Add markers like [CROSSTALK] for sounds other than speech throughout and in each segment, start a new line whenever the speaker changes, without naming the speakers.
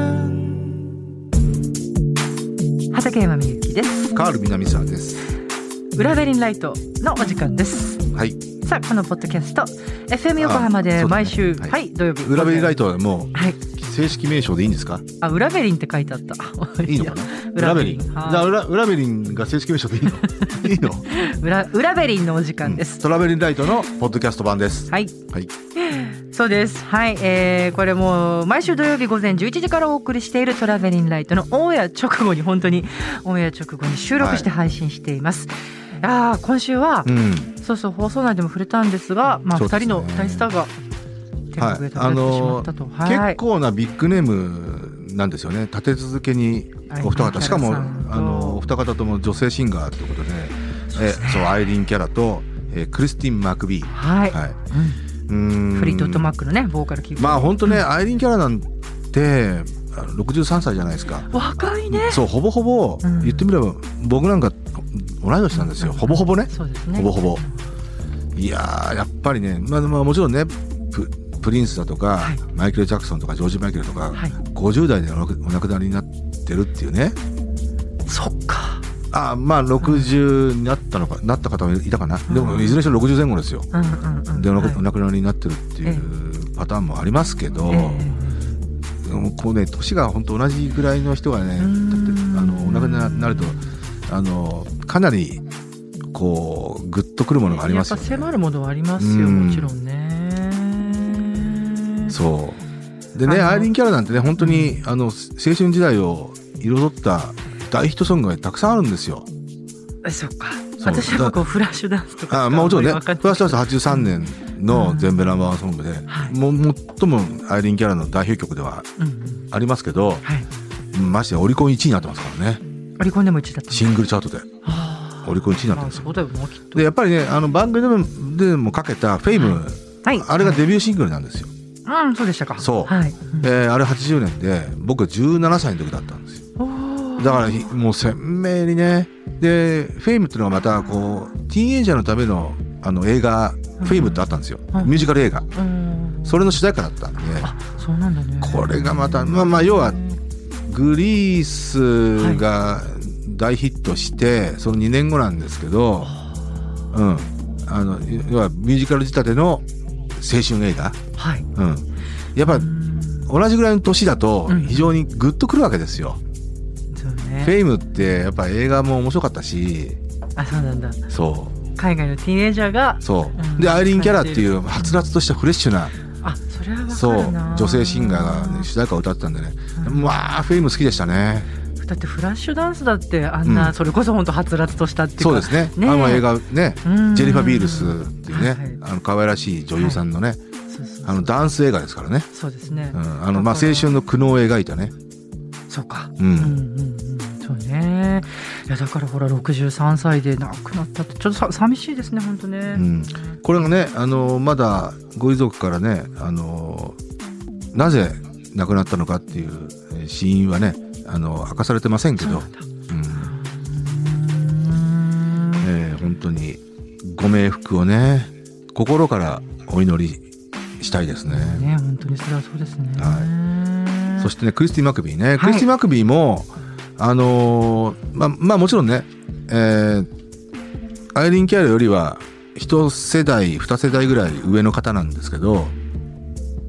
seven.
畠山みゆきです
カール南沢です。
裏ベリンライトのお時間です
はい。
さあこのポッドキャスト FM 横浜
あそうだ
で
ね
毎週、
はい
はい土曜日
裏ベリライトはも
はい、
う正式名称でいいんですか？
あ裏ベリンって書いてあった [LAUGHS]
いいのかな？
裏
裏
ベ
ベ
リ
リ
ン
ン。
はい
じゃあ裏裏ベリンが正式名称でいいの？いい
[LAUGHS]
の？
裏裏ベリンのお時間で
うん
す、
トラベリンライトのポッドキャスト版です。
はい
はい。
そうですはい、えー、これもう毎週土曜日午前11時からお送りしているトラベリンライトのオンエア直後に本当にオンエア直後に収録して配信しています、ああ今週は、
うん。
そうそう放送内でも触れたんですが、まあ、
そ
二
うですね
人の大スターが天国へ旅立ってし
はいあ
ま
のー
ったと、
結構なビッグネームなんですよね。立て続けにお二
アイリーン
方しかも
キャラさんと
あのお二方とも女性シンガーということで、えそうアイリーンキャラと、えクリスティンマクビー。
はい、
はい。
う
うーん
んフリートウッドマックのねボーカルキープ、
まあ本当ね、アイリーン・キャラなんてあの63歳じゃないですか。
若いね
そうほぼほぼ、
うん
言ってみれば僕なんか同い年なんですよ、ほぼほぼね
そうですね
ほぼほぼいやーやっぱりね、まあ、まあもちろんねププリンスだとか、
はい
マイケル・ジャクソンとかジョージ・マイケルとか、
はい
50代でお亡くお亡くなりになってるっていうね
そっか
あまあ60になったのか、なった方もいたかな、でもいずれにしろ60前後ですよ
うんうんうん
でお亡く
はい
お亡くなりになってるっていうパターンもありますけど、うんこうね年が本当同じぐらいの人がね
う
だって
ん
あのお亡くなりになるとあのかなりこうグッとくるものがありますよ
やっぱ迫
ね。
るものはありますよ
うん
もちろんね
そうでね
あの
アイリーン・キャラなんてね本当に、あの青春時代を彩った大ヒットソングがたくさんあるんですよ。
うそっか
そう
私はこうフラッシュダンスとか
あまあもちろんね
わ
フ
か
ラ
ない
ッシュダンス83年の全米ナンバーワンソングで、
はい
も最もアイリーン・キャラの代表曲では
うんうん
ありますけど
はい
ましてやオリコン1位になってますからね
オリコンでも1位だった
シングルチャートで
あー
オリコン1位になって
ま
ま
あ
すよ
そうだよなきっと
でやっぱりねあの番組でもでもかけた「フェイム、
はい
あれがデビューシングルなんですよ、
うんそうでしたか
そう
はい
えーあれ80年で僕は17歳の時だったんですよだからひもう鮮明にねでフェイムっていうのがまたこうティーンエイジャーのためのあの映画「フェイムってあったんですよ、
うん
ミュージカル映画
らうん
それの主題歌だったんで
あそうなんだね
これがまたまあまあ要はグリースが大ヒットして、その2年後なんですけど、うん、あの要はミュージカル仕立ての青春映画、
はい
うん、やっぱ同じぐらいの年だと
うん
非常にグッとくるわけですよ。
そう
フ
ね
ェイムってやっぱ映画も面白かったし
あそうなんだ
そ
海外のティーンエイジャーが
うそううんでアイリーン・キャラっていうはつらつとしたフレッシュな
あそれはわか
そう
るな
女性シンガーがね主題歌を歌ってたんでね
うん
まあフェイム好きでしたね。
だってフラッシュダンスだってあんな、
うん
それこそ本当はつらつとしたっていうか
そうですね
ねえ
あの映画ね
うん
ジェニファー・ビールスっていうね、
はい
あの可愛らしい女優さんのね、
そうそう
あのダンス映画ですからね、
そうですね、
うん、あのまあ
だから
青春の苦悩を描いたね、
そうか
う
うんう
ん
んうんそうねいやだからほら63歳で亡くなったってちょっとさ寂しいですね本当ね、
うん、これがねあのまだご遺族からねあのなぜ亡くなったのかっていうえー死因はねあの明かされてませんけ
そう
ど、う
なんだ
ん
うん
えー本当にご冥福をね心からお祈りしたいですね。
ね本当にそれはそうですね。
そしてね、クリスティ・マクビーね、
い
クリスティ・マクビーも、あのーまあ、まあもちろんね、えーアイリーン・キャラよりは、一世代、二世代ぐらい上の方なんですけど、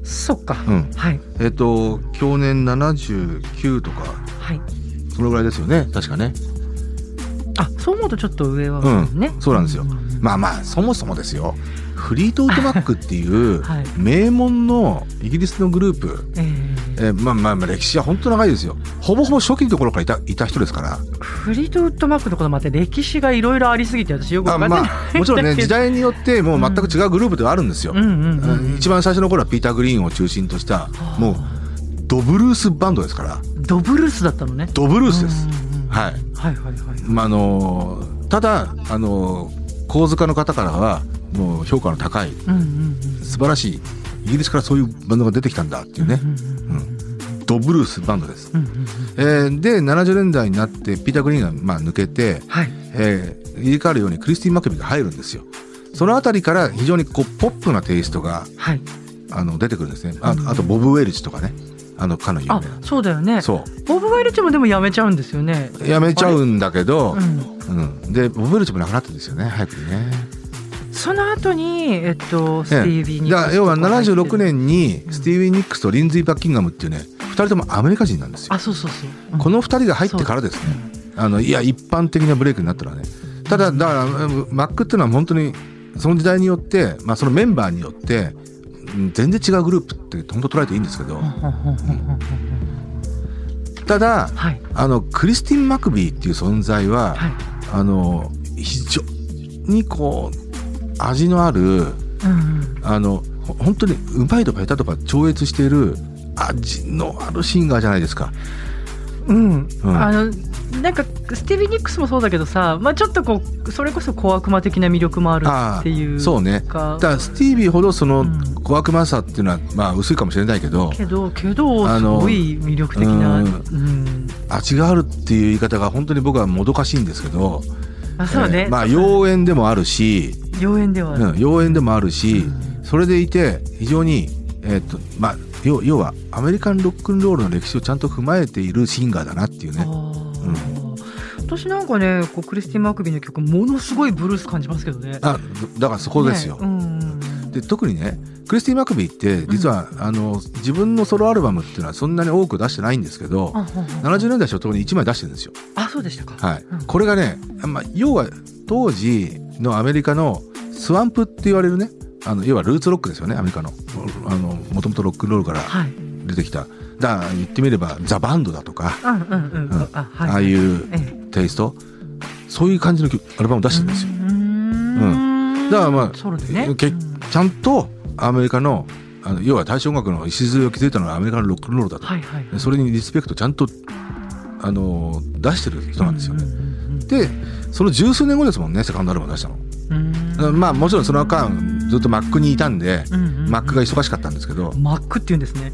そっか。
うん
はい
えっ、と、去年79とか、
はい。
そのぐらいですよね、確かね。
あそう思うとちょっと上は
うん、
ね。
そうなんですよ
う。
まあまあ、そもそもですよ、フリートウッド・マックっていう、
はい
名門のイギリスのグループ、
えー
えーまあまあまあ、歴史は本当長いですよ。ほぼほぼ初期のところからいたいた人ですから。
フリートウッドマックのことまって歴史がいろいろありすぎて私よく
あ
分かんない
[LAUGHS] ま
ん [LAUGHS] だけ
あ、
ど。
もちろんね時代によってもう全く違うグループではあるんですよ、
うんうんうんうん
一番最初の頃はピーター・グリーンを中心とした
あ
もうドブルースバンドですから
ドブルースだったのね。
ドブルースです、
うんうんうん
はい
はいはいはい。
まああのーただあのー構図家の方からはもう評価の高い
うんうんうん。
素晴らしいイギリスからそういうバンドが出てきたんだっていうね、うんドブルースバンドです、
うんうんうん
えーで70年代になってピーター・グリーンがまあ抜けて、
はい。
えー入れ替わるようにクリスティン・マクビーが入るんですよ。そのあたりから非常にこうポップなテイストが
はい。
あの出てくるんですね。ああとボブ・ウェルチとかね、ああのかの有名
あそうだよね
そ
ボブ・ワイルチもでもやめちゃうんですよね
うやめちゃうんだけど、
うん
うん、でボブ・ウェルチも亡くなってるんですよね早くにね。
その後にえっとスティービー・ニックス
だから要は
とか入ってる
76年にスティービー・ニックスとリンズイ・バッキンガムっていうね2人ともアメリカ人なんですよ
あ。そうそうそう、うん
この2人が入ってからですねあのいや一般的なブレイクになったのはねただだからうんマックっていうのは本当にその時代によって、まあ、そのメンバーによってうん全然違うグループって本当捉えていいんですけど
うんうんうんうんうん
ただ
はい
あのクリスティン・マクビーっていう存在は、
はい
あの非常にこう味のある
うんうん
あのほ本当にうまいとか下手とか超越している味のあるシンガーじゃないですか。
うん、
うん
あのなんかスティービー・ニックスもそうだけどさ、まあ、ちょっとこうそれこそ小悪魔的な魅力もあるっていう
あーそうね
か
だからスティービーほどその
うん
小悪魔さっていうのはまあ薄いかもしれないけど
けどけど
あ
す
の
ごい魅力的な、う
うん
ん、
味があるっていう言い方が本当に僕はもどかしいんですけど、
あそう
え
ね、
ーまあ妖艶でもあるし、
妖艶ではあ
う
る、
ん、妖艶でもあるし
うん
それでいて非常に、えーっとまあ、要要はアメリカンロックンロールの歴史をちゃんと踏まえているシンガーだなっていうね。
あー私なんかねこうクリスティン・マークビーの曲ものすごいブルース感じますけどね
あだからそこですよ、
ねうん
で特にねクリスティ・マクビーって実は、あの自分のソロアルバムっていうのはそんなに多く出してないんですけど
ああ
70年代初頭に1枚出してるんですよ。
あそうでしたか、
はい
うん
これがね、まあ、要は当時のアメリカのスワンプって言われるねあの要はルーツロックですよねアメリカのあのもともとロックンロールから
はい
出てきただから言ってみればザ・バンドだとか
うんうんうん、
うん
あはい
ああ
う、
いう
ええ、
テイストそういう感じの曲アルバムを出してるんですよ。
うーん
だからまあ
ソロでね
け
うん
ちゃんとアメリカのあの要は大正音楽の礎を築いたのはアメリカのロックンロールだと、
はいはいはい
それにリスペクトちゃんとあの出してる人なんですよね。
うんうんうん
でその十数年後ですもんねセカンドアルバム出したの。
うん
うんまあもちろんその間ずっとマックにいたんで、
うんうんうん
マックが忙しかったんですけど
マックって言うんですね。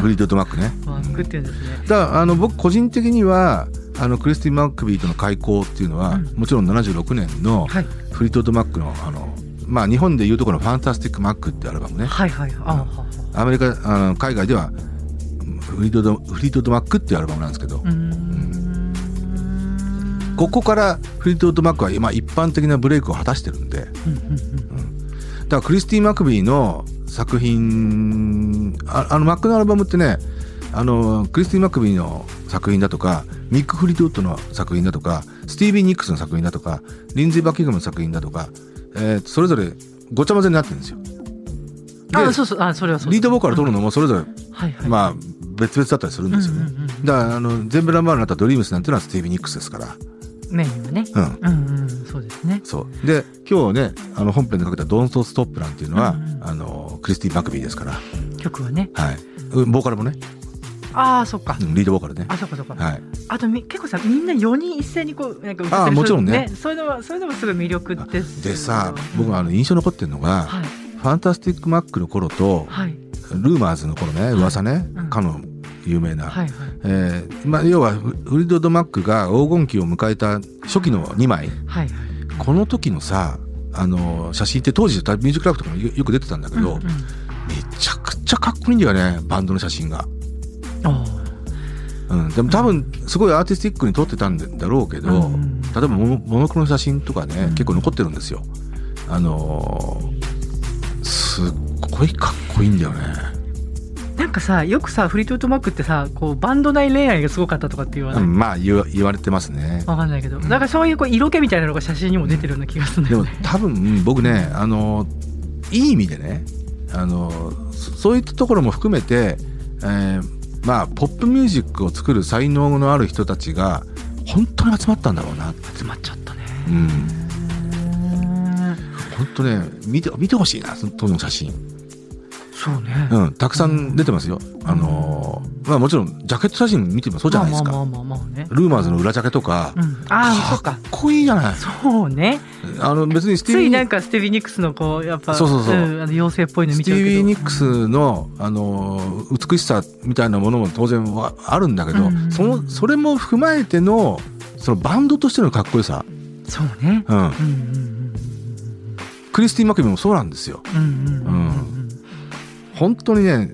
フリードとマックね。
マックって言うんですね。
だからあの僕個人的にはあのクリスティン・マックビーとの開口っていうのは、
うん
もちろん76年の
はい
フリートド・マックのあの、まあ、日本でいうところの「ファンタスティック・マック」ってアルバムね
はいはいあはは
アメリカあの海外ではフリートド・フリートドマックっていうアルバムなんですけど、
うーん
ここからフリートド・マックは今一般的なブレイクを果たしてるんで、
うんうんうん
だからクリスティ・マクビーの作品ああのマックのアルバムってねあのクリスティ・マクビーの作品だとかミック・フリートウッドの作品だとかスティービー・ニックスの作品だとかリンズィ・バッキンガムの作品だとか、えーそれぞれごちゃ混ぜになってるんですよ。
あ
で
そうそうあそれはそう
リードボーカル取るのもそれぞれ、
はいはい
まあ、別々だったりするんですよ
うんうんう
ね。
ん
だからあの全部ランバーになった「ドリームスなんていうのはスティービー・ニックスですから。
メインはね
うん
うんうんそうですね
そうで今日ねあの本編でかけた「ドンソストップ」なんていうのは、
うんうん
あのクリスティ・マクビーですから、
曲はね
はい、うんボーカルもね
ああそっか
うんリードボーカルね。
あそっかそっか
はい。
あとみ結構さみんな四人一斉にこうなんか歌ってる
あーもちろんね
そういうのはそういうのもすごい魅力ですよ
でさ、僕はあの印象に残ってるのが、
はい
ファンタスティックマックの頃と、
はい
ルーマーズの頃ね、噂ね、
うん
かの有名な。
はいはい
えーまあ、要はフフリド・ド・マックが黄金期を迎えた初期の2枚
はいはい
この時のさあの写真って当時ミュージックライブとかもよよく出てたんだけど、
うんうん
めちゃくちゃかっこいいんだよねバンドの写真が、
あ
うん、でも多分すごいアーティスティックに撮ってたんだろうけど、
うんうん
例えばモノモノクロの写真とかね、
うん
結構残ってるんですよあのーすっごいかっこいいんだよね
ーなんかさよくさフリートウッドマックってさこうバンド内恋愛がすごかったとかって言わ
う
ない
んまあ言わ言われてます
[LAUGHS]
ね
わかんないけど、なんかそういうこう色気みたいなのが写真にも出てるような気がするんだ
で
よ
も
ね。
多分僕ねあのーいい意味でねあのーそそういったところも含めて、えーまあポップミュージックを作る才能のある人たちが本当に集まったんだろうなって
詰まっちゃったね。
うん本当ね見て見てほしいなその当時の写真
そうね。
うん、たくさん出てますよ。あのーまあもちろん、ジャケット写真見てもそうじゃないですか。
まあまあまあまあね。
ルーマーズの裏ジャケとか、
うん、ああ、そ
か
う
っ
か。
こいいじゃない。
そうね。
あの、別にスティー
つ
ビ
い
ー
なんかステビー・ニックスのこうやっぱ
そうそうそうん
あの妖精っぽいの
ス
見
テ
ち
ィ
ゃう
ー
けど。
ビー・ニックスの、あのー美しさみたいなものも当然はあるんだけど、
うん
そのそれも踏まえてのそのバンドとしてのかっこよさ、
うんそうね。
うん、
うん
クリスティン・マクビーもそうなんですよ
うんうんうんうんうんうんうん
本当にね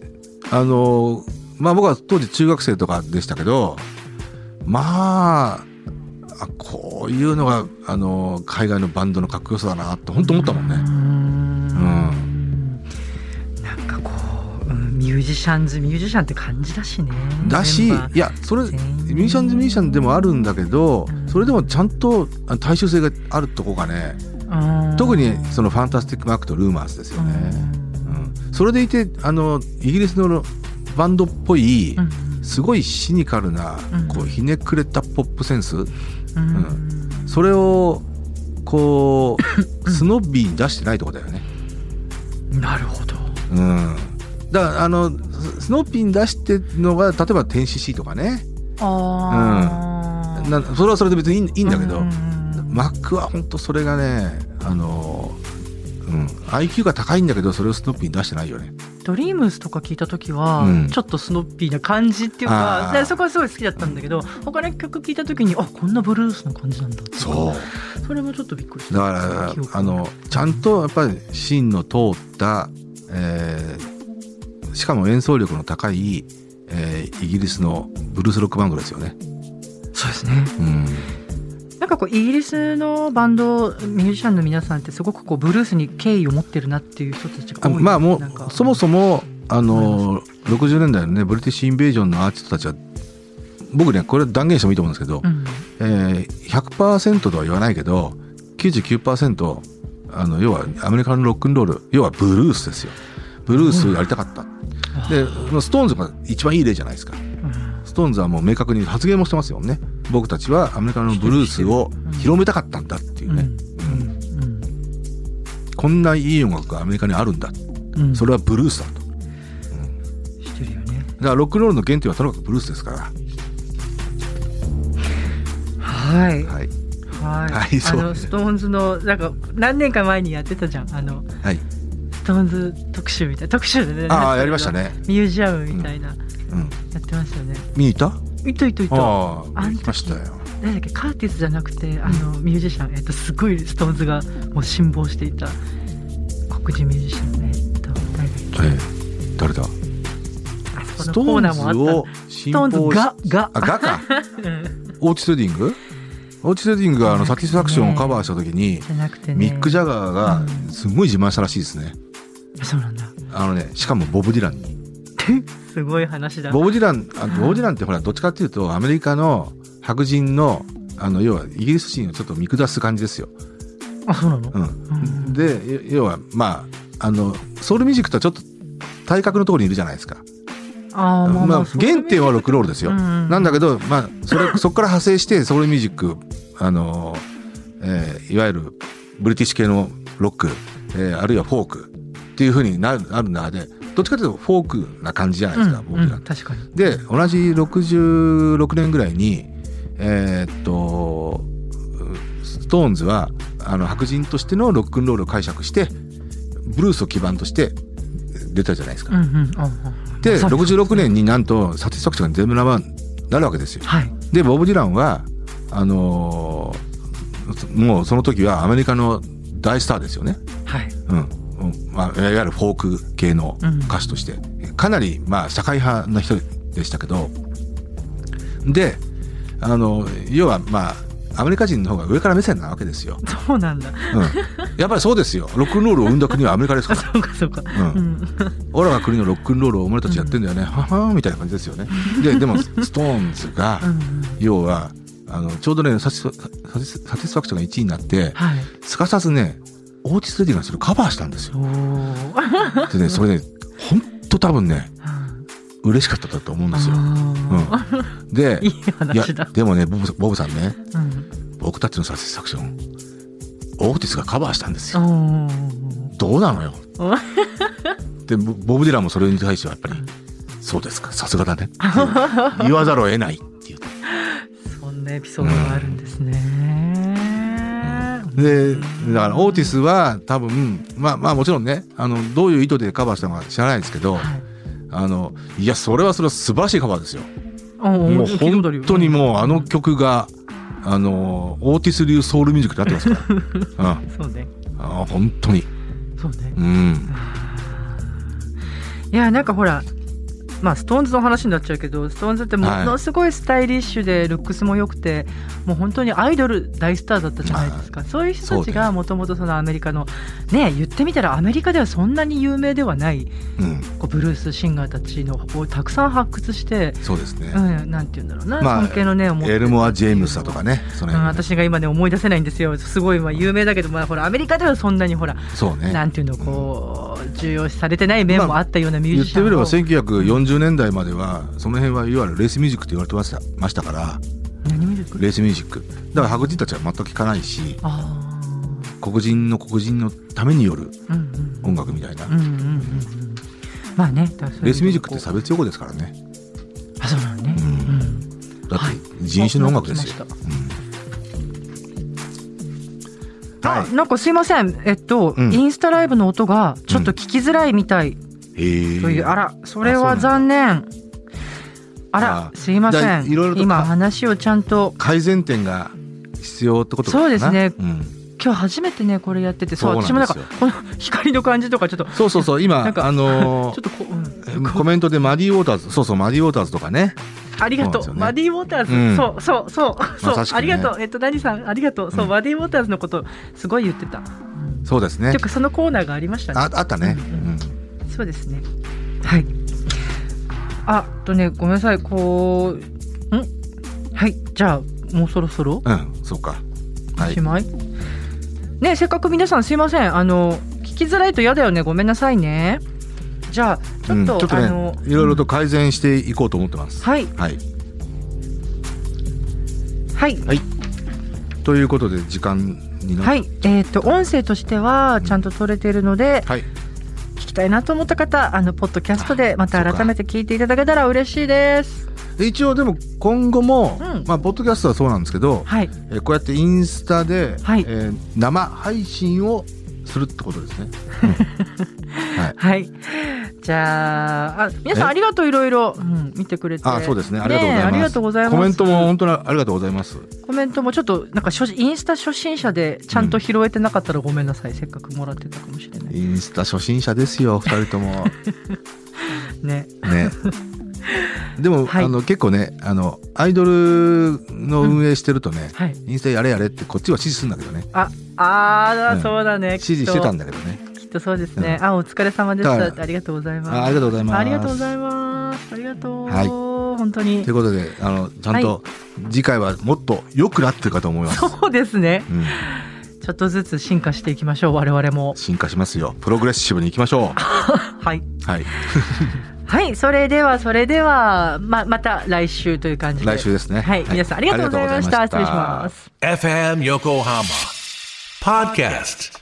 あのーまあ僕は当時中学生とかでしたけどまああこういうのがあの海外のバンドのかっこよさだなって本当思ったもんね。
なんかこう、うん、ミュージシャンズミュージシャンって感じだしね
だし
メンバー
いやそれミ
全
ュ
員
ージシャンズミュージシャンでもあるんだけど
うん
それでもちゃんとあの大衆性があるとこがね
うん
特にその「ファンタスティック・マーク」と「ルーマース」ですよね。うんそれでいてあのイギリスのバンドっぽい
うん
すごいシニカルな
うん
こうひねくれたポップセンス
うん
うそれをこうスノッビーに出してないとこだよね。
なるほど
うんだからあのススノッピーに出してるのが例えば「天使 C」とかね
あー
なそれはそれで別にいいいいんだけど、
ううん
マックは本当それがねあの、うん、IQ が高いんだけどそれをスノッピーに出してないよね。
ドリームスとか聞いた時は、
うん
ちょっとスノッピーな感じっていう
あ
か
ー
でそこはすごい好きだったんだけど他の曲聞いた時にあこんなブルースの感じなんだって
そう
それもちょっとびっくりした
だから
記憶が
あのちゃんとやっぱり芯の通った、えーしかも演奏力の高い、えーイギリスのブルースロックバンドですよね。
そうですね
うん
なんかこうイギリスのバンドミュージシャンの皆さんってすごくこうブルースに敬意を持ってるなっていう人たちが
あ
多い
まあも
なんか
うそもそもあの60年代のねブリティッシュ・インベージョンのアーティストたちは僕ねこれ断言してもいいと思うんですけど、
うん
えー、100%とは言わないけど99%あの要はアメリカのロックンロール要はブルースですよブルースをやりたかった、でまあストーンズが一番いい例じゃないですか
うん
ストーンズはもう明確に発言もしてますよね僕たちはアメリカのブルースを広めたかったんだっていうね、
うん
こんないい音楽がアメリカにあるんだ
うんうん
それはブルースだと
してるよね
だからロックンロールの原点はとにかくブルースですから
はいは
はい
い、
はいそう
あのストーンズのなんか何年か前にやってたじゃんあの
はい
ストーンズ特集みたいな特集でね
ああやりましたね
ミュージアムみたいな、
うん
やってましたよね
見に行った
いたいたいた
あ
あ
あ行
の時
きましたよ
なんだっけカーティスじゃなくてあのミュージシャンえっとすごいストーンズがもう辛抱していた黒人ミュージシャンえっと誰だっけ、
ええ誰だ
あそ
ス
こ
ト
のコー
ー
ナ
ン
ー
ズ
もあった
を
ス
信
トーンズ
奉し
がが
あガか
[LAUGHS] うん
オーチ・ステディングオーチ・ステディングがあのサティスファクションをカバーした時に
じゃなくてね
ミック・ジャガー
う
が
ん
すごい自慢したらしいですね
そうなんだ
あのねしかもボブ・ディランに
すごい話だ
ボブ・ディランあボブ・ディランってほらどっちかっていうとアメリカの白人のあの要はイギリス人をちょっと見下す感じですよ、
あそうなの
う
うん
ん、で要はまああのソウルミュージックとはちょっと体格のところにいるじゃないですか
あーまあ
まあ、
そういう
原点はロックロールですよ、
うんうん
なんだけど、まあ、それそこから派生してソウルミュージック、あのえーいわゆるブリティッシュ系のロック、えーあるいはフォークっていうふうになるなる中でどっちかというとフォークな感じじゃないですか、
うん
僕ら
うん確かに
で同じ66年ぐらいにえーっとストーンズはあの白人としてのロックンロールを解釈してブルースを基盤として出たじゃないですか
うん。うんああ
で
そう
66年になんとサティスファクションが全部ナンバーワンになるわけですよ。
はい
でボブ・ディランはあのーもうその時はアメリカの大スターですよね、
はい
うんまあ、いわゆるフォーク系の歌手として、かなり、まあ、社会派な人でしたけどであの要はまあアメリカ人の方が上から目線なわけですよ、
そうなんだ [LAUGHS]
うん、やっぱりそうですよロックンロールを生んだ国はアメリカです
あ
から
そうかそうか
うん
うん
オラが国のロックンロールをお前たちやってんだよね、ははーみたいな感じですよね。で、でも、ストーンズが、
うんうん
要は、あの、ちょうどね、サティスファサティスサティスファクションが1位になって、
はい
すかさずね、オーティス・レディがそれをカバーしたんですよ。
お [LAUGHS] ー
でね、それね、ほんと多分ね、
あ
嬉しかったと思うんですよ。う
ー
ん。で、
[LAUGHS] いい話だ
でもねボブ、ボブさんね、
うん
僕たちのサティスファクション、オーティスがカバーしたんですよ。
お
どうなのよ
お。
[LAUGHS] で、ボボブ・ディランもそれに対してはやっぱり、そうですか、さすがだね。って言わざるを得ないっていう。
ーそんなエピソードがあるんですね
でだからオーティスは多分まあまあもちろんねあのどういう意図でカバーしたのか知らないですけど、
はい
あのいやそれはそれは素晴らしいカバーですよ。も
も
う本当にもうあの曲があのオーティス流ソウルミュージックになってます
[LAUGHS]
から、うん、
そうね
あ本当に、
そうね
うん、
いやなんかほらまあ、ストーンズの話になっちゃうけどストーンズってものすごいスタイリッシュでルックスも良くて、もう本当にアイドル大スターだったじゃないですか、そういう人たちがもともとそのアメリカのね言ってみたらアメリカではそんなに有名ではない
うん、
こうブルースシンガーたちのをたくさん発掘して、
そうですね、
うん、なんて言うんだろうな、
まあ
尊敬のね思って
エルモア・ジェームスだとかねその
うん、
辺ね
私が今ね思い出せないんですよすごいまあ有名だけど、まあ、ほらアメリカではそんなにほら、
そうね
なんていうのこう重要視されてない面もあったようなミュー
言っ
ジシャ
て
ン
みれば
を
1940年代まではその辺はいわゆるレースミュージックって言われてましたましたから
何ミルク
レースミュージックだから白人たちは全く聞かないし
あー
黒人の黒人のためによる
うんうん
音楽みたいな、
うんうんうんうんまあねだからそういう
レースミュージックって
こ
差別用語ですからね
うあそうなのね、
うん
うん
だっ
はい
て人種の音楽です
あ
よ
来ま、
うん
あ
はい
なんかすいません、えっと、
うん
インスタライブの音がちょっと聞きづらいみたい
へー
という、あら、それ
あ
は
そうな
残念。あ
あ
ら、すいま
じゃ
せ
あ
ん。
いろいろと
今
か
話をちゃんと、
改善点が必要ってことかな
そうですね
うん
今日初めてね、これやってて、そう、
そう
私も
な
なんん
で
か
すよ、
この [LAUGHS] 光の感じとか、ちょっと、ち
そうそうそう今
なんか
あのー
ょっとこう、うん
コメントでマディ・ウォーターズそうそうマディ・ウォーターズとかね
ありがとう、
そうな
マ
ん
ディ・ウォーターズ、
うん
そうそうそう、そう、
確か
あ
に
り
ね
がとう、えっと、ダニさん、ありがとう、そう、
うん
マディ・ウォーターズのこと、すごい言ってた。
そうですね
ていうか、そのコーナーがありましたね。
ああったね、
う
うんん、
そうですね。はい。あとね、ごめんなさい、こう。ん。はい、じゃあ、もうそろそろ。
うん、そうか。は
お
い
し。まい。ね、せっかく皆さん、すいません、あの、聞きづらいと嫌だよね、ごめんなさいね。じゃあ、ちょ
うん
っ
ち
と、
ょっと
あ
ね
の、、
いろいろと改善していこうと思ってます。
はい、
はい。
はい。
ということで、時間にな。。
はいい、えっ、と音声としてはちゃんと取れているので、
はい。
聞きたいなと思った方、あのポッドキャストでまた
そうか
改めて聞いていただけたら嬉しいです。
で一応でも、今後も、
うん
まあ、ポッドキャストはそうなんですけど。
はい、
えーこうやってインスタで、
はい
えー生配信をするってことですね。
はい。じゃあ、あ皆さん
え
ありがとういろいろ、うん、見てくれて。
あ、そうですね。ありがとうございます。
ねえありがとうございます。
コメントも本当にありがとうございます。
コメントもちょっとなんか初インスタ初心者でちゃんと拾えてなかったらごめんなさい。せっかくもらってたかもしれない。
インスタ初心者ですよ、二人と
[LAUGHS]
も。
ね。
ね。でも、
はい
あの、結構ね、あの、アイドルの運営してるとね。
はい。
インスタやれやれってこっちは指示するんだけどね
あ、あー、
うん
そうだね。
指示してたん
だ。
だけどね
きっとそうですね。あ、お疲れ様でし
だ
た
か
って。
ら
ありがとうございます。
あありがとうございます
ありがとうございます。ありがとう。
はい
本当に
という。ことであのちゃんと次回はもっと良くなってるかと思います、
そうですね。
うん、
ちょっとずつ進化していきましょう。我々も。
進化しますよプログレッシブに行きましょ
はい。 [LAUGHS]
うはい
はい、それではそれではままた来週という感じで。
来週ですね
はい、皆さんありがとうございました。失礼します。
FM Yokohama Podcast.